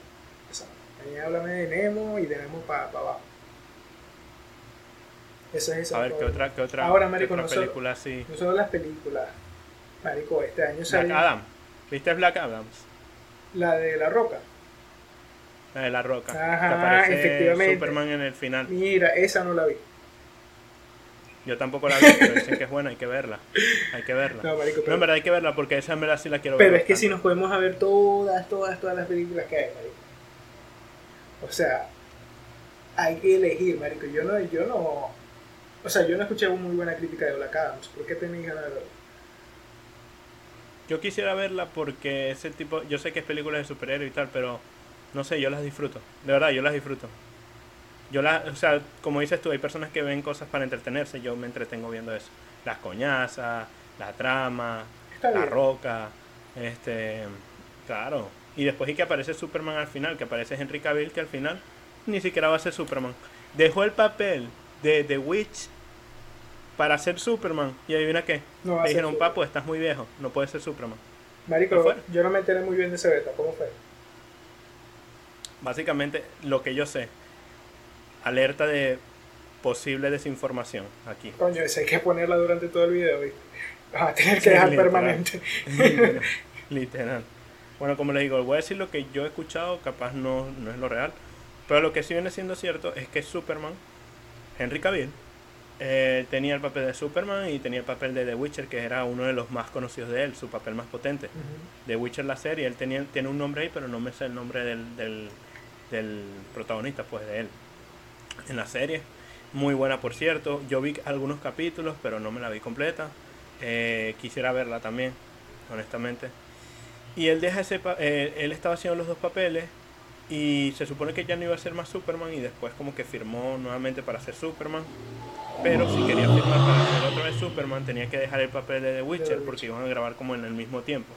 B: esa. no. A mí háblame de Nemo y de Nemo para abajo. Esa es esa.
A: A ver, ¿qué
B: todo.
A: otra, qué otra,
B: Ahora,
A: qué
B: marico,
A: otra
B: nosotros-
A: película así?
B: No solo las películas. Marico, este año
A: Black
B: salió
A: Adam. ¿Viste Black Adams?
B: la de La Roca.
A: La de la roca.
B: Ajá,
A: que aparece
B: efectivamente.
A: Superman en el final.
B: Mira, esa no la vi.
A: Yo tampoco la vi, pero dicen que es buena, hay que verla. Hay que verla.
B: [LAUGHS] No, marico,
A: No, en
B: pero,
A: verdad hay que verla porque esa en verdad sí la quiero
B: pero
A: ver.
B: es que si
A: bastante.
B: nos podemos a ver todas, todas, todas las películas que hay, marico. O sea, hay que elegir, marico. Yo no, yo no... O sea, yo no escuché muy buena crítica de Black Adams. ¿Por qué tenéis ganas de verla?
A: Yo quisiera verla porque ese tipo. Yo sé que es películas de superhéroes y tal, pero no sé, yo las disfruto. De verdad, yo las disfruto. Yo las. O sea, como dices tú, hay personas que ven cosas para entretenerse. Yo me entretengo viendo eso. Las coñazas, la trama,
B: Está
A: la
B: bien.
A: roca. Este. Claro. Y después y que aparece Superman al final, que aparece Henry Cavill, que al final ni siquiera va a ser Superman. Dejó el papel de The Witch para ser Superman. Y adivina qué.
B: No va a
A: Le
B: ser
A: dijeron,
B: Superman.
A: papo, estás muy viejo, no puedes ser Superman.
B: Marico,
A: ¿Pero fuera?
B: yo no me enteré muy bien de ese beta. ¿Cómo fue?
A: Básicamente, lo que yo sé, alerta de posible desinformación
B: [LAUGHS]
A: aquí. [LAUGHS]
B: Coño, esa hay que ponerla durante todo el video, ¿viste? Vas a tener que
A: Sí,
B: dejar
A: literal.
B: permanente.
A: Literal. Bueno, como les digo, voy a decir lo que yo he escuchado, capaz no, no es lo real, pero lo que sí viene siendo cierto es que Superman, Henry Cavill, eh, tenía el papel de Superman y tenía el papel de The Witcher, que era uno de los más conocidos de él, su papel más potente. The Witcher la serie, él tenía, tiene un nombre ahí, pero no me sé el nombre del, del, del protagonista, pues de él. En la serie, muy buena por cierto. Yo vi algunos capítulos, pero no me la vi completa. Eh, quisiera verla también, honestamente. Y él deja ese pa- eh, él estaba haciendo los dos papeles y se supone que ya no iba a ser más Superman y después como que firmó nuevamente para ser Superman. Pero si quería firmar para ser otra vez Superman tenía que dejar el papel de The Witcher
B: Witcher.
A: porque iban a grabar como en el mismo tiempo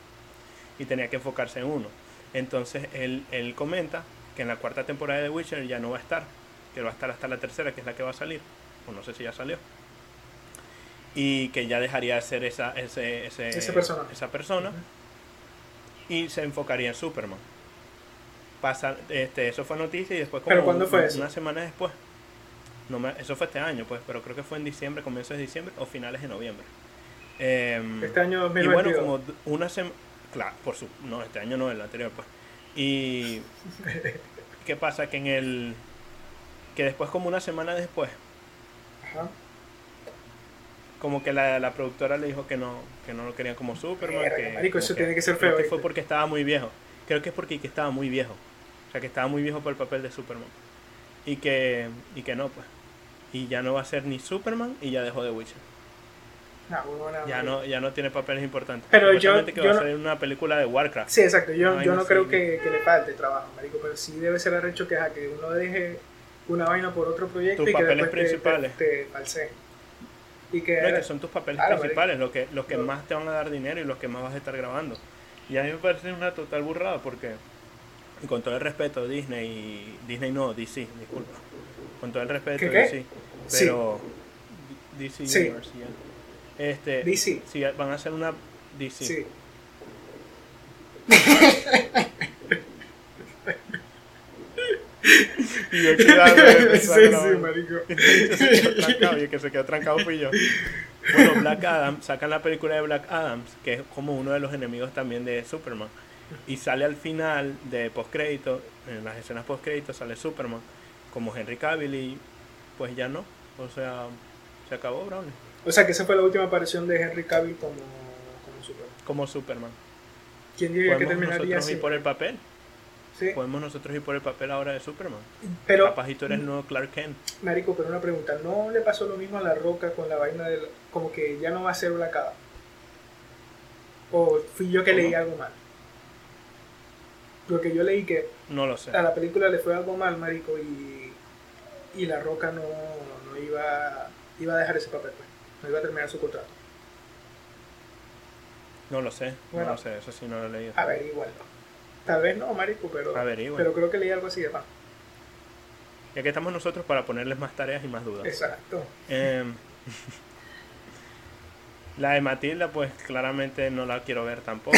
A: y tenía que enfocarse en uno. Entonces él, él comenta que en la cuarta temporada de The Witcher ya no va a estar, que va a estar hasta la tercera, que es la que va a salir, o no sé si ya salió, y que ya dejaría de ser esa, ese, ese-
B: Ese personaje.
A: esa persona y se enfocaría en Superman. Pasa, este, eso fue noticia y después como
B: ¿Pero cuándo
A: un-
B: fue
A: una
B: eso?
A: semana después. No me- eso fue este año, pues, pero creo que fue en diciembre, comienzos de diciembre o finales de noviembre. Em,
B: Este año
A: y bueno,
B: 2022.
A: como d- una semana. Claro, por su. No, este año no, el anterior, pues.
B: [LAUGHS]
A: Y. ¿Qué pasa? Que en el. Que después, como una semana después,
B: Ajá.
A: como que la, la productora le dijo que no, que no lo querían como Superman.
B: Verga,
A: que,
B: marico,
A: como
B: eso tiene que ser
A: creo
B: feo,
A: fue
B: ¿viste?
A: porque estaba muy viejo. Creo que es porque que estaba muy viejo. O sea, que estaba muy viejo por el papel de Superman. Y que, y que no, pues. Y ya no va a ser ni Superman y ya dejó de Witcher.
B: No, bueno, nada,
A: Ya
B: marico.
A: no, ya no tiene papeles importantes.
B: Ah, Pero yo-
A: Supuestamente que
B: yo
A: va
B: no-
A: a salir una película de Warcraft.
B: Sí, exacto. Yo,
A: Una
B: yo
A: vaina
B: no
A: así,
B: creo
A: ¿no?
B: que, que le falte trabajo, marico, pero sí debe ser arrecho que, ajá, que uno deje una vaina por otro proyecto
A: Tus
B: y que
A: papeles
B: después te-
A: principales.
B: te, te falsee. Y que,
A: No, y que son tus papeles
B: Claro,
A: principales, los que, los que
B: No.
A: más te van a dar dinero y los que más vas a estar grabando. Y a mí me parece una total burrada porque, y con todo el respeto, Disney, y- Disney no, DC, disculpa. Con todo el respeto,
B: ¿Qué, qué?
A: DC,
B: Sí.
A: pero D- DC
B: Sí.
A: Universe, ya. Este,
B: DC.
A: si van a hacer una DC.
B: sí.
A: Y yo quedando,
B: [LAUGHS] sí, sí, marico.
A: que se quedó trancado, y el que se quedó trancado fui yo. Bueno, Black Adam, sacan la película de Black Adams, que es como uno de los enemigos también de Superman. Y sale al final de postcrédito, en las escenas postcrédito sale Superman, como Henry Cavill y pues ya no. O sea, se acabó Brown
B: O sea, que esa fue la última aparición de Henry Cavill como, como Superman.
A: como Superman.
B: ¿Quién diría que
A: Podemos
B: terminaría
A: nosotros
B: así?
A: ir por el papel.
B: Sí.
A: Podemos nosotros ir por el papel ahora de Superman.
B: Pero,
A: Capaz y tú eres el nuevo Clark Kent.
B: Marico, pero una pregunta, ¿no le pasó lo mismo a la roca con la vaina del. como que ya no va a ser Black Adam? ¿O fui yo que
A: ¿Cómo?
B: leí algo mal? Lo que yo leí que
A: No lo sé.
B: a la película le fue algo mal, Marico, y. y la roca no, no iba. iba a dejar ese papel, pues. No iba a terminar su contrato.
A: No lo sé.
B: Bueno.
A: No lo sé. Eso sí no lo he leído.
B: A ver, igual no. Tal vez no, Marico, pero.
A: Averigua.
B: Ah, Pero creo que leí algo así de más.
A: Y aquí estamos nosotros para ponerles más tareas y más dudas.
B: Exacto.
A: Em, [LAUGHS] la de Matilda, pues claramente no la quiero ver
B: [LAUGHS]
A: tampoco.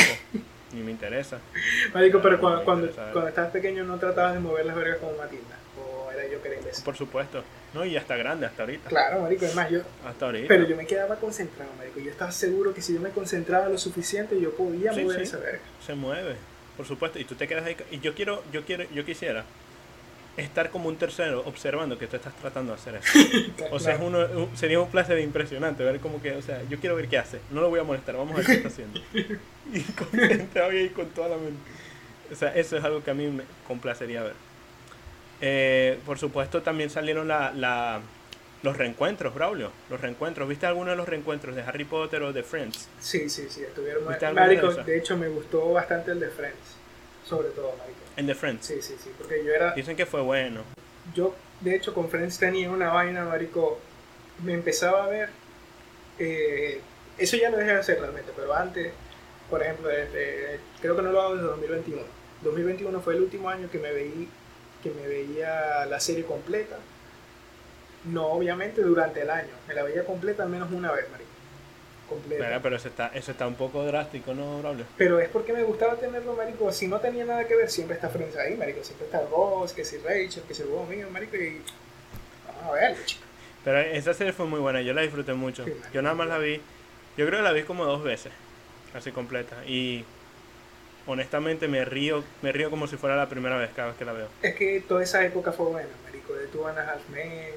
A: ni me interesa.
B: Marico, pero
A: No,
B: cuando,
A: no
B: cuando,
A: interesa, ¿eh?
B: cuando estabas pequeño no tratabas de mover las vergas como Matilda. O era yo que era imbécil.
A: Por supuesto. No, y hasta grande, hasta ahorita.
B: Claro, marico, es más, yo...
A: Hasta ahorita.
B: Pero yo me quedaba concentrado, marico. Yo estaba seguro que si yo me concentraba lo suficiente, yo podía
A: Sí,
B: mover
A: sí.
B: esa verga.
A: Se mueve. Por supuesto. Y tú te quedas ahí. Y yo quiero, yo quiero, yo quisiera estar como un tercero observando que tú estás tratando de hacer eso. O sea, es
B: Claro.
A: uno, un- sería un placer impresionante ver como que, o sea, yo quiero ver qué hace. No lo voy a molestar, vamos a ver qué está haciendo. Y concentrado y ahí con toda la mente. O sea, eso es algo que a mí me complacería ver. Eh, por supuesto, también salieron la, la- los reencuentros, Braulio. Los reencuentros. ¿Viste alguno de los reencuentros de Harry Potter o de Friends?
B: Sí, sí, sí, estuvieron mal.
A: ¿Viste alguna de
B: Marico,
A: esas?
B: de hecho, me gustó bastante el de Friends. Sobre todo, marico.
A: En The Friends.
B: Sí, sí, sí, porque yo era...
A: Dicen que fue bueno.
B: Yo, de hecho, con Friends tenía una vaina, marico. Me empezaba a ver. eh, eso ya lo dejé de hacer realmente, pero antes, por ejemplo, desde- creo que no lo hago desde 2021. 2021 fue el último año que me veí, que me veía la serie completa. No, obviamente, durante el año. Me la veía completa al menos una vez, marico. Completa.
A: Verga, pero eso está, eso está un poco drástico, ¿no, Braulio?
B: Pero es porque me gustaba tenerlo, marico. Si no tenía nada que ver, siempre está Friends ahí, marico. Siempre está Ross, que si Rachel, que si Ross mío, marico. Y vamos a ver, chico.
A: Pero esa serie fue muy buena, yo la disfruté mucho.
B: Sí, marico.
A: Yo nada más la vi, yo creo que la vi como dos veces, así completa. Y honestamente me río, me río como si fuera la primera vez cada vez que la veo.
B: Es que toda esa época fue buena, marico. De Two and a Half Men,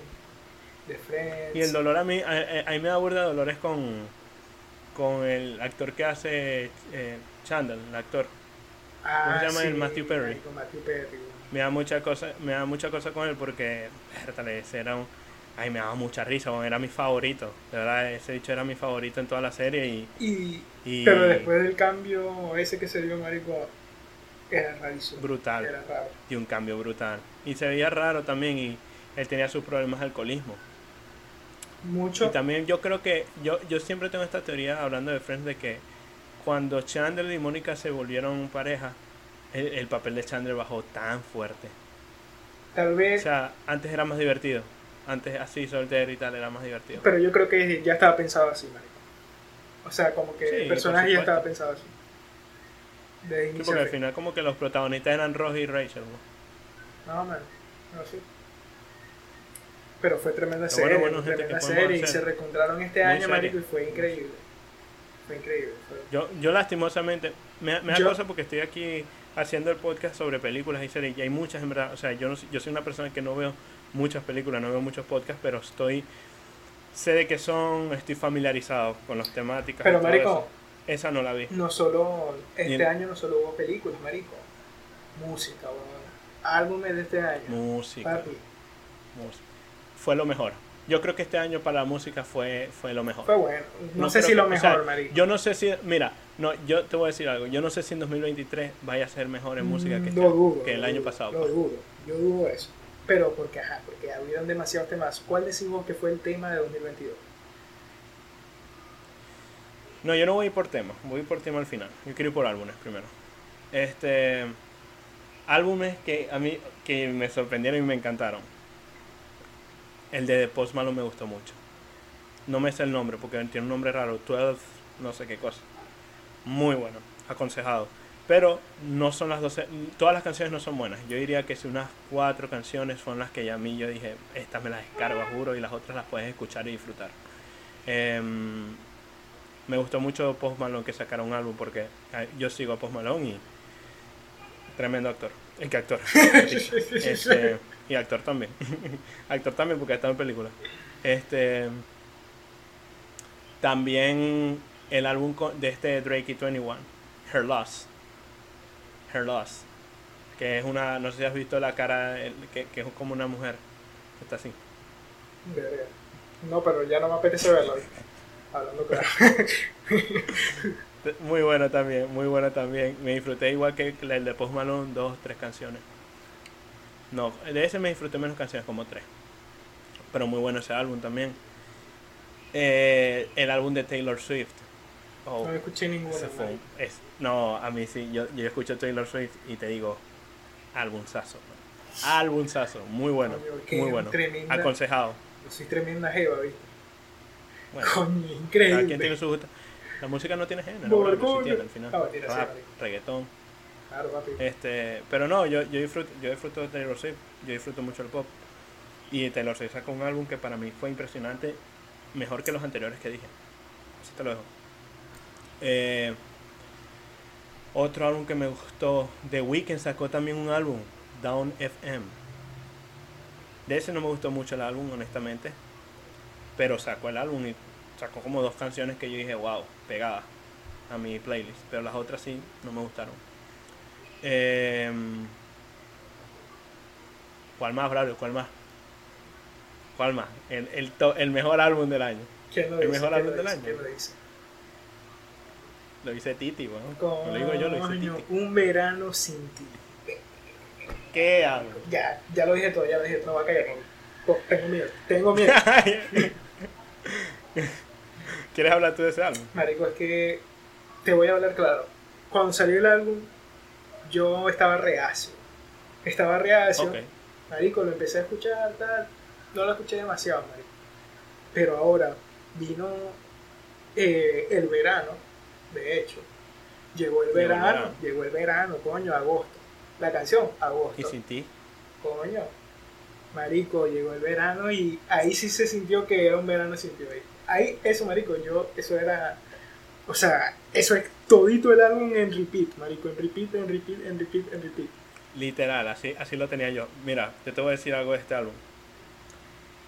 B: de Friends.
A: Y el dolor a mí, a, a- a mí me da burda de dolores con, con el actor que hace eh, Chandler, el actor.
B: Ah,
A: ¿cómo se llama el Matthew Perry?
B: marico, Matthew Perry.
A: Me da mucha cosa, me da mucha cosa con él porque, vértale, ese era un, ay, me daba mucha risa, bueno, era mi favorito. De verdad, ese dicho era mi favorito en toda la serie y...
B: Y,
A: y
B: Pero después del cambio ese que se dio, marico, era rarísimo.
A: Brutal.
B: Era raro.
A: y un cambio brutal. Y se veía raro también y él tenía sus problemas de alcoholismo. Y
B: Mucho.
A: también yo creo que yo, yo siempre tengo esta teoría hablando de Friends de que cuando Chandler y Mónica se volvieron pareja, el, el papel de Chandler bajó tan fuerte.
B: Tal
A: O
B: vez.
A: sea, antes era más divertido. Antes así soltero y tal era más divertido.
B: pero yo creo que ya estaba pensado así, marico. O sea, como que
A: Sí,
B: el
A: por
B: personaje ya
A: supuesto.
B: estaba pensado así. De
A: Sí,
B: inicio
A: porque
B: a
A: al
B: fin.
A: final como que los protagonistas eran Ross y Rachel. ¿no?
B: No, man. No sé. Pero fue tremenda
A: Pero
B: serie,
A: bueno, bueno, gente,
B: tremenda
A: ¿qué podemos
B: serie. Y
A: hacer?
B: se reencontraron este
A: Muy
B: año,
A: seria.
B: marico, y fue increíble. Fue increíble. fue-
A: Yo, yo lastimosamente, me, da- me da
B: Yo-
A: cosa porque estoy aquí haciendo el podcast sobre películas y series y hay muchas en verdad. O sea, yo, no, yo soy una persona que no veo muchas películas, no veo muchos podcasts, pero estoy... Sé de qué son, estoy familiarizado con las temáticas. y
B: Pero,
A: todo
B: marico,
A: eso. Esa no la vi.
B: no solo... Este
A: Bien.
B: año no solo hubo películas, marico. Música, weón. Álbumes de este año.
A: Música,
B: Papi.
A: música. Fue lo mejor. Yo creo que este año para la música fue, fue lo mejor.
B: Fue bueno. No, sé
A: creo
B: si lo
A: que- o
B: mejor,
A: sea,
B: marico.
A: Yo no sé si, mira, no, yo te voy a decir algo. Yo no sé si en 2023 vaya a ser mejor en música que,
B: Mm,
A: este-
B: lo dudo,
A: que el
B: lo
A: año
B: dudo,
A: pasado.
B: Lo
A: pues.
B: dudo. Yo dudo eso. Pero porque, ajá, porque hubieron demasiados temas. ¿Cuál decimos que fue el tema de 2022?
A: No, yo no voy por tema, voy por tema al final. Yo quiero ir por álbumes primero. Este, álbumes que a mí que me sorprendieron y me encantaron. El de The Post Malone me gustó mucho. No me sé el nombre porque tiene un nombre raro, 12, no sé qué cosa. Muy bueno, aconsejado. Pero no son las 12, todas las canciones no son buenas. Yo diría que si unas cuatro canciones son las que ya a mí yo dije, estas me las descargo, juro, y las otras las puedes escuchar y disfrutar. Em, me gustó mucho Post Malone que sacara un álbum porque ah, yo sigo a Post Malone y tremendo actor. ¿En qué actor?
B: [LAUGHS]
A: Este, y actor también. [LAUGHS] actor también porque ha estado en películas. Este, también el álbum co- de este Drake y 21, Her Loss. Her Loss. que es una, no sé si has visto la cara, el- que, que es como una mujer, que está así.
B: Verga. No, pero ya no me apetece verlo.
A: [LAUGHS]
B: Hablando claro.
A: T- Muy bueno también, muy bueno también. Me disfruté igual que el de Post Malone, dos, tres canciones. No, el de ese me disfruté menos canciones, como tres. Pero muy bueno ese álbum también. Eh, el álbum de Taylor Swift. Oh,
B: No escuché ninguna.
A: ese fue un-
B: marico.
A: es- no, a mí sí, yo, yo escucho Taylor Swift y te digo, álbumzazo. Álbumzazo, muy bueno,
B: Coño, qué
A: muy bueno.
B: tremenda.
A: Aconsejado.
B: Yo soy tremenda jeva, ¿viste?
A: Bueno.
B: Coño,
A: Cada quien tiene
B: increíble.
A: su gusto. La música no tiene género,
B: Por
A: bueno, sí
B: culo.
A: tiene al final.
B: Ah, mentira, sí,
A: Rap,
B: marico.
A: reggaetón.
B: Claro, papi.
A: Este, pero no, yo, yo disfruto, yo disfruto de Taylor Swift, yo disfruto mucho el pop. Y Taylor Swift sacó un álbum que para mí fue impresionante, mejor que los anteriores que dije. Así te lo dejo. Eh, otro álbum que me gustó, The Weeknd sacó también un álbum, Down FM. De ese no me gustó mucho el álbum, honestamente. Pero sacó el álbum y sacó como dos canciones que yo dije, wow, pegadas a mi playlist. Pero las otras sí, no me gustaron. Em, ¿Cuál más, Braulio? ¿Cuál más? ¿Cuál más? El, el, to- el mejor álbum del año.
B: ¿Quién lo
A: el
B: dice?
A: mejor
B: ¿Quién
A: álbum
B: lo
A: del
B: dice?
A: año.
B: ¿Quién lo dice?
A: Lo dice Titi, weón. No
B: Coño,
A: lo digo yo, lo dice Titi.
B: Un verano sin ti.
A: ¿Qué álbum? [LAUGHS]
B: Ya, ya lo dije todo, ya lo dije, no va a caer. no. Oh, tengo miedo, tengo miedo.
A: ¿Quieres hablar tú de ese álbum?
B: Marico, es que te voy a hablar claro. Cuando salió el álbum, yo estaba reacio. Estaba reacio.
A: Ok.
B: Marico, lo empecé a escuchar, tal. No lo escuché demasiado, Marico. Pero ahora vino eh, el verano, de hecho. Llegó el
A: Llegó el
B: verano,
A: verano.
B: llegó el verano, coño, agosto. La canción, agosto.
A: ¿Y sin ti?
B: Coño, marico, llegó el verano y ahí sí se sintió que era un verano sin ti. marico. Ahí, eso, marico, yo, eso era, o sea, eso es todito el álbum en repeat, marico, en repeat, en repeat, en repeat, en repeat.
A: Literal, así, así lo tenía yo. Mira, yo te voy a decir algo de este álbum.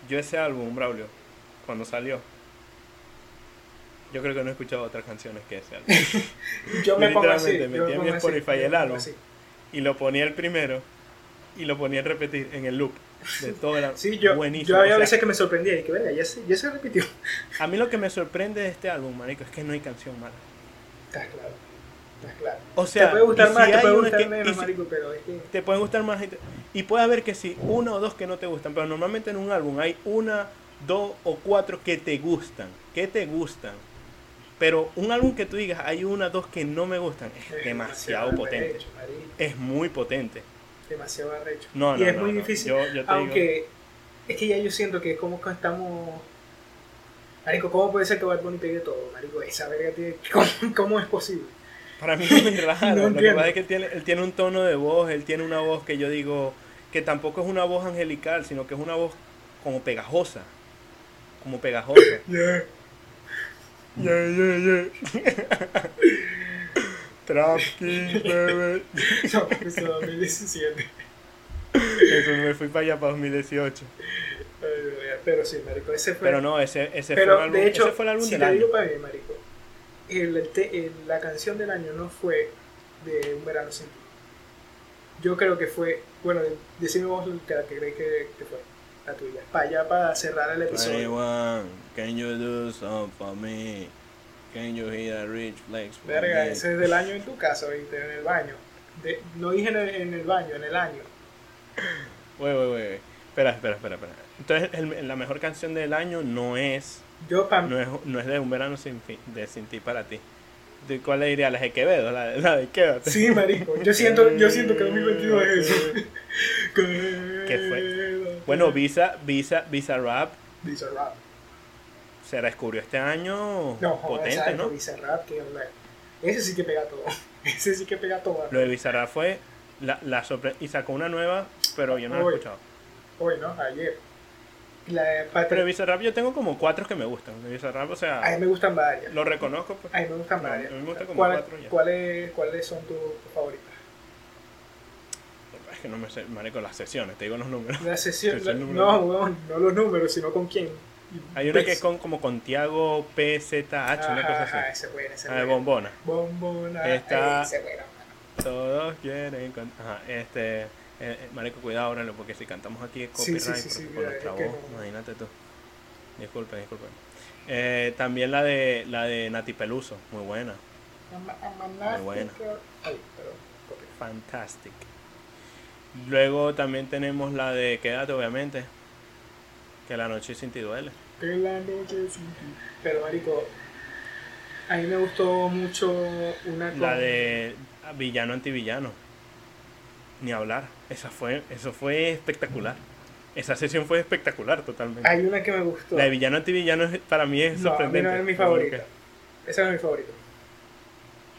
A: Yo ese álbum, Braulio, cuando salió, yo creo que no he escuchado otras canciones que ese álbum.
B: Yo me pongo así,
A: Literalmente,
B: yo
A: metí
B: me
A: en
B: pongo
A: mi
B: así,
A: Spotify
B: yo
A: el
B: me pongo
A: álbum.
B: así.
A: y lo ponía el primero y lo ponía a repetir en el loop de todo el álbum.
B: [LAUGHS] Sí, yo,
A: Buenísimo.
B: yo había
A: o sea,
B: veces que me sorprendía y que, venga, ya se, ya se repitió. [LAUGHS]
A: A mí lo que me sorprende de este álbum, marico, es que no hay canción mala.
B: Estás claro, estás claro.
A: O sea,
B: te puede gustar
A: y
B: más,
A: si
B: te
A: hay
B: puede
A: una
B: gustar
A: que- y
B: menos,
A: si-
B: marico, pero es que...
A: te pueden gustar más y, te- y puede haber que sí, una o dos que no te gustan, pero normalmente en un álbum hay una, dos o cuatro que te gustan, que te gustan. Pero un álbum que tú digas, hay una, dos que no me gustan, es
B: es
A: demasiado potente.
B: arrecho, marico,
A: Es muy potente.
B: demasiado arrecho.
A: No, no,
B: y es
A: no,
B: muy
A: no.
B: difícil.
A: Yo, yo te
B: Aunque
A: digo,
B: es que ya yo siento que es como que estamos. Marico, ¿cómo puede ser que Bad Bunny pegue todo? Marico, esa verga tiene. [LAUGHS] ¿Cómo, cómo es posible?
A: para mí [LAUGHS] es muy raro.
B: No
A: Lo que
B: entiendo.
A: pasa es que él tiene, él tiene un tono de voz, él tiene una voz que yo digo, que tampoco es una voz angelical, sino que es una voz como pegajosa. Como pegajosa.
B: Yeah.
A: Yeah, yeah, yeah. [LAUGHS] Trap King, bebé.
B: No, eso 2017.
A: Eso me fui para allá para 2018.
B: Ay, verga, Pero sí, Marico, ese fue.
A: Pero no, ese, ese fue
B: pero
A: el álbum,
B: de hecho,
A: ese fue el álbum
B: si
A: del
B: te
A: año.
B: digo para mí, Marico, el- el te- el- la canción del año no fue de Un verano sin ti. Yo creo que fue. Bueno, decime vos la que crees que, que fue. La tuya. Para allá, para cerrar el episodio.
A: 21, can you do something for me? Can you hear a rich flex for
B: Verga,
A: me?
B: ese es del año en tu casa, ¿viste? En el baño. De- no dije en el, en el baño, en el año.
A: Wey, wey, wey. Espera, espera, espera, espera. Entonces, el- la mejor canción del año no es,
B: Yo para
A: no es, no es de Un Verano Sin, Fin- de sin Ti para ti. ¿De ¿Cuál le diría? La de Quevedo, la, de- la de Quédate.
B: Sí, marico. Yo siento, yo siento que 2022 es eso.
A: fue? Bueno, Visa, Visa, Visa Rap
B: Bizarrap.
A: se descubrió este año
B: No,
A: potente, ¿no?
B: Bizarrap, que habla. Ese sí que pega todo. [LAUGHS] Ese sí que pega todo.
A: Lo de Bizarra fue la, la sorpre- y sacó una nueva, pero yo no la he
B: Uy.
A: escuchado.
B: Hoy, ¿no? Ayer. La de
A: Pero de
B: Patri-
A: Bizarrap yo tengo como cuatro que me gustan. De Bizarrap, o
B: A mí
A: sea,
B: me gustan varias.
A: lo reconozco. Pues.
B: A mí me gustan
A: No, a mí
B: varias.
A: me gustan como
B: ¿Cuál-
A: cuatro ya.
B: ¿Cuáles cuáles son tus tus favoritas?
A: Es que no me sé, marico, las sesiones, te digo los números.
B: La sesión.
A: Que sea el número
B: no,
A: uno.
B: weón, no los números, sino con quién.
A: Hay una
B: Pues-
A: que es con, como con Tiago PZH, una Ah, cosa así.
B: Ah, ese bueno, ese
A: La de
B: bueno.
A: Bombona.
B: Bombona.
A: Está-
B: Ese bueno, mano.
A: Todos quieren. con- Ajá, este. eh, eh, marico, cuidado, ábrelo, porque si cantamos aquí es
B: Sí, sí,
A: copyright
B: sí, sí,
A: porque
B: ya,
A: con nuestra
B: es que
A: voz,
B: no.
A: imagínate tú. Disculpe, disculpe. Eh, también la de la de Nati Peluso, muy buena.
B: Ama- amanástica.
A: Muy buena.
B: Ay, perdón. copia.
A: Fantastic. Luego también tenemos la de Quédate, obviamente. Que la noche sin ti duele.
B: Que la noche sin ti. Pero, marico, a mí me gustó mucho una
A: La
B: con-
A: de villano antivillano. Ni hablar. Esa fue, eso fue espectacular. Esa sesión fue espectacular totalmente.
B: Hay una que me gustó.
A: La de villano antivillano es- para mí es
B: no, a mí
A: sorprendente.
B: no es mi
A: Como
B: favorita.
A: que-
B: Esa es mi favorita.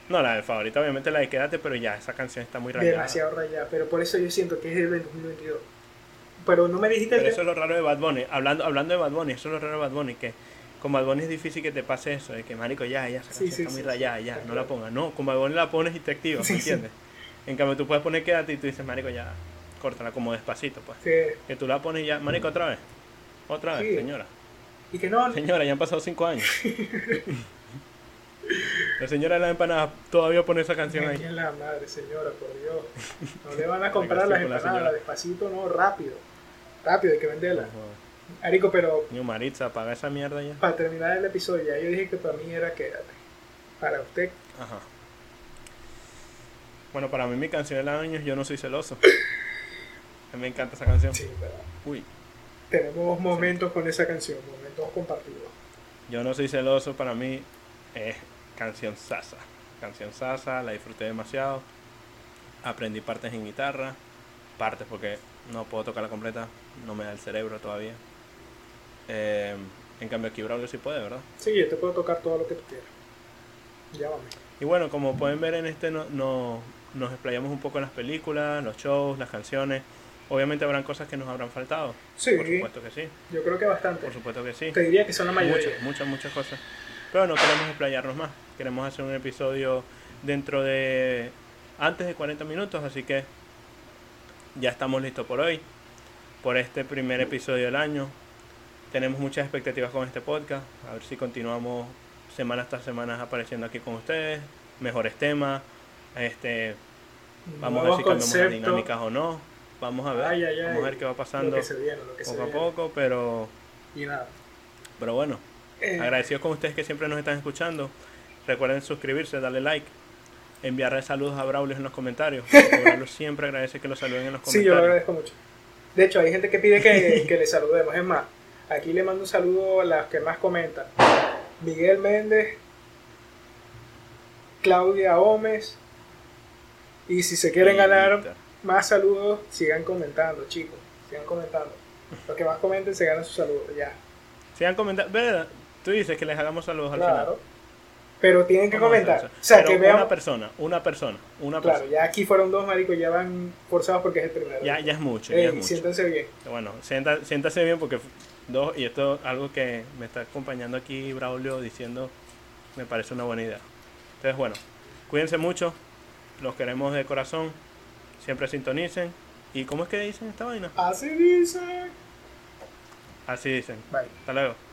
A: no, la de favorita obviamente es la de Quédate, pero ya, esa canción está muy rayada.
B: Demasiado rayada. Pero por eso yo siento que es del 2022. Pero no me dijiste el
A: Pero eso
B: tema.
A: es lo raro de Bad Bunny. Hablando, hablando de Bad Bunny, eso es lo raro de Bad Bunny, que con Bad Bunny es difícil que te pase eso, de que marico, ya, ya, esa
B: Sí,
A: canción
B: sí,
A: está muy
B: sí,
A: rayada,
B: sí,
A: ya,
B: está
A: no la
B: claro.
A: pongas. No, con Bad Bunny la pones y te activas,
B: Sí,
A: ¿me
B: sí.
A: entiendes? En cambio tú puedes poner Quédate y tú dices, marico, ya, córtala como despacito, pues.
B: Que-
A: Que tú la pones y ya, marico, otra vez. Otra vez,
B: Sí.
A: señora.
B: y que no,
A: Señora, ya han pasado cinco
B: [LAUGHS]
A: años. La señora de las empanadas todavía pone esa canción
B: Me
A: ahí.
B: tiene la madre, señora, por Dios. No le van a comprar
A: Venga,
B: las
A: sí, con la
B: empanadas,
A: señora.
B: despacito, no, rápido. Rápido, hay que venderlas.
A: Ojo.
B: Arico, pero
A: Niño Maritza, apaga esa mierda ya.
B: para terminar el episodio, ya yo dije que para mí era quédate. Para usted,
A: Ajá. Bueno, para mí mi canción del año es Yo no soy
B: [COUGHS]
A: celoso. A mí me encanta esa canción.
B: sí, ¿verdad?
A: Uy,
B: Tenemos momentos con esa canción, momentos compartidos.
A: Yo no soy celoso para mí es canción sasa. Canción sasa, la disfruté demasiado. Aprendí partes en guitarra, partes porque no puedo tocarla completa, no me da el cerebro todavía. Eh, en cambio aquí Braulio sí puede, ¿verdad?
B: Sí, yo te puedo tocar todo lo que tú quieras. Llámame.
A: Y bueno, como pueden ver en este, no, no- nos explayamos un poco en las películas, los shows, las canciones. Obviamente habrán cosas que nos habrán faltado.
B: Sí,
A: Por supuesto que sí,
B: yo creo que bastante.
A: por supuesto que sí.
B: Te diría que son la mayoría.
A: Muchas, muchas, muchas cosas. Pero no queremos explayarnos más. Queremos hacer un episodio dentro de... antes de 40 minutos, así que ya estamos listos por hoy. Por este primer episodio del año. Tenemos muchas expectativas con este podcast. A ver si continuamos semana tras semana apareciendo aquí con ustedes. Mejores temas. Este, vamos a ver
B: Nuevos
A: si cambiamos las
B: conceptos,
A: dinámicas o no. Vamos a ver.
B: Ay, ay,
A: Vamos a
B: ay.
A: ver qué va
B: Lo
A: pasando
B: que se viene, lo que se
A: poco a
B: viene.
A: poco, pero,
B: Y nada.
A: pero bueno.
B: Eh,
A: Agradecidos con ustedes que siempre nos están escuchando. Recuerden suscribirse, darle like, enviarle saludos a Braulio en los
B: [LAUGHS]
A: comentarios. Porque Braulio siempre agradece que lo saluden en los
B: Sí, yo lo
A: comentarios.
B: agradezco mucho. De hecho, hay gente que
A: [LAUGHS]
B: pide que, que le saludemos. Es más, aquí le mando un saludo a las que más comentan. Miguel Méndez, Claudia Gómez. Y si se quieren ganar más saludos, sigan comentando, chicos. Sigan comentando. Los que más comenten se ganan su saludo, ya.
A: Sigan comentando. ¿Verdad? Tú dices que les hagamos saludos al final.
B: Claro. Pero tienen que
A: Vamos a hacer
B: comentar.
A: eso.
B: O sea,
A: Pero
B: que
A: una
B: vean.
A: persona, una persona, una
B: Claro,
A: persona.
B: ya aquí fueron dos, maricos, ya van forzados porque es el primero.
A: Ya, ya es mucho,
B: Ey,
A: ya es mucho.
B: siéntense bien.
A: Bueno, sienta- siéntase bien porque f- dos, y esto es algo que me está acompañando aquí Braulio diciendo, me parece una buena idea. Entonces, bueno, cuídense mucho, los queremos de corazón, siempre sintonicen. ¿Y cómo es que dicen esta vaina?
B: Así dice.
A: Así dicen.
B: Bye.
A: Hasta luego.